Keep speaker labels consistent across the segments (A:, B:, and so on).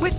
A: With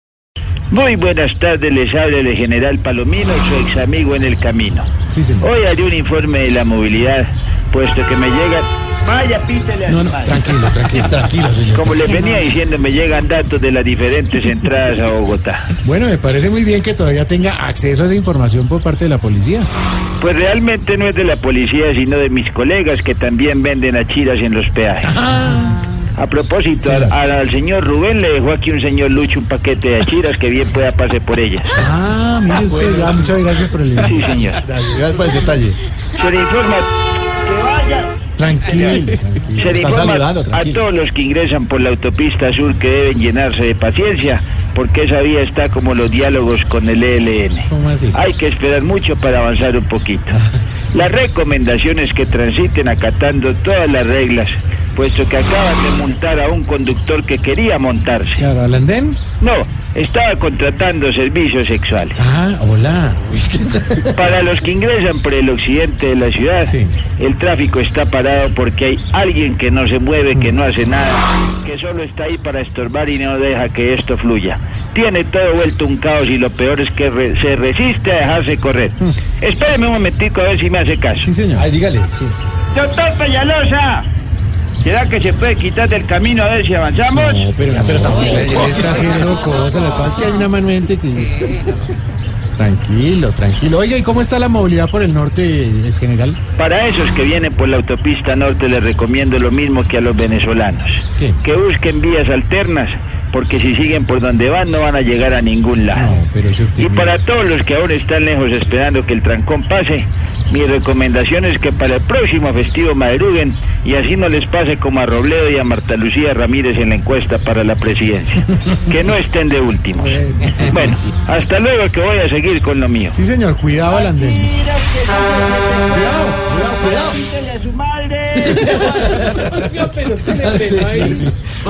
B: Muy buenas tardes, les habla el general Palomino, su ex amigo en el camino.
C: Sí, señor.
B: Hoy haré un informe de la movilidad, puesto que me llegan... Vaya, pítele al
C: No, no,
B: mal.
C: tranquilo, tranquilo, tranquilo, señor.
B: Como les venía diciendo, me llegan datos de las diferentes entradas a Bogotá.
C: Bueno, me parece muy bien que todavía tenga acceso a esa información por parte de la policía.
B: Pues realmente no es de la policía, sino de mis colegas que también venden achiras en los peajes. A propósito,
C: Ah. Sí.
B: al, al- al señor Rubén le dejó aquí un señor Lucho un paquete de achiras que bien pueda pase por ellas.
C: Ah, mire usted, ya, muchas gracias por el
B: Sí, señor.
C: Gracias por el detalle.
B: Se le informa que vaya.
C: Tranquilo, tranquilo.
B: Se le
C: Está
B: informa
C: saludando,
B: a
C: tranquilo.
B: todos los que ingresan por la autopista sur que deben llenarse de paciencia, porque esa vía está como los diálogos con el ELN.
C: ¿Cómo así?
B: Hay que esperar mucho para avanzar un poquito. La recomendación es que transiten acatando todas las reglas, puesto que acaban de montar a un conductor que quería montarse.
C: Claro, ¿al andén?
B: No, estaba contratando servicios sexuales.
C: Ah, hola.
B: Para los que ingresan por el occidente de la ciudad,
C: Sí.
B: el tráfico está parado porque hay alguien que no se mueve, que no hace nada, que solo está ahí para estorbar y no deja que esto fluya. Tiene todo vuelto un caos y lo peor es que re- se resiste a dejarse correr. Espéreme un momentico a ver si me hace caso.
C: Sí, señor. Ay, dígale. Sí.
B: Doctor Peñalosa, ¿será que se puede quitar del camino a ver si avanzamos?
C: No, pero, pero tampoco. Él está haciendo cosas. Lo que pasa es que hay una mano ente que. Tranquilo, tranquilo. Oiga, ¿y cómo está la movilidad por el norte, ex general?
B: Para esos que vienen por la autopista norte les recomiendo lo mismo que a los venezolanos.
C: ¿Qué?
B: Que busquen vías alternas, porque si siguen por donde van no van a llegar a ningún lado.
C: No, pero yo
B: Y para todos los que aún están lejos esperando que el trancón pase, mi recomendación es que para el próximo festivo madruguen y así no les pase como a Robledo y a Marta Lucía Ramírez en la encuesta para la presidencia. que no estén de últimos. Bueno, hasta luego que voy a seguir con lo mío.
C: Sí, señor, cuidado al andén. Cuidado, cuidado, cuidado.
B: su madre!
C: Sí, sí.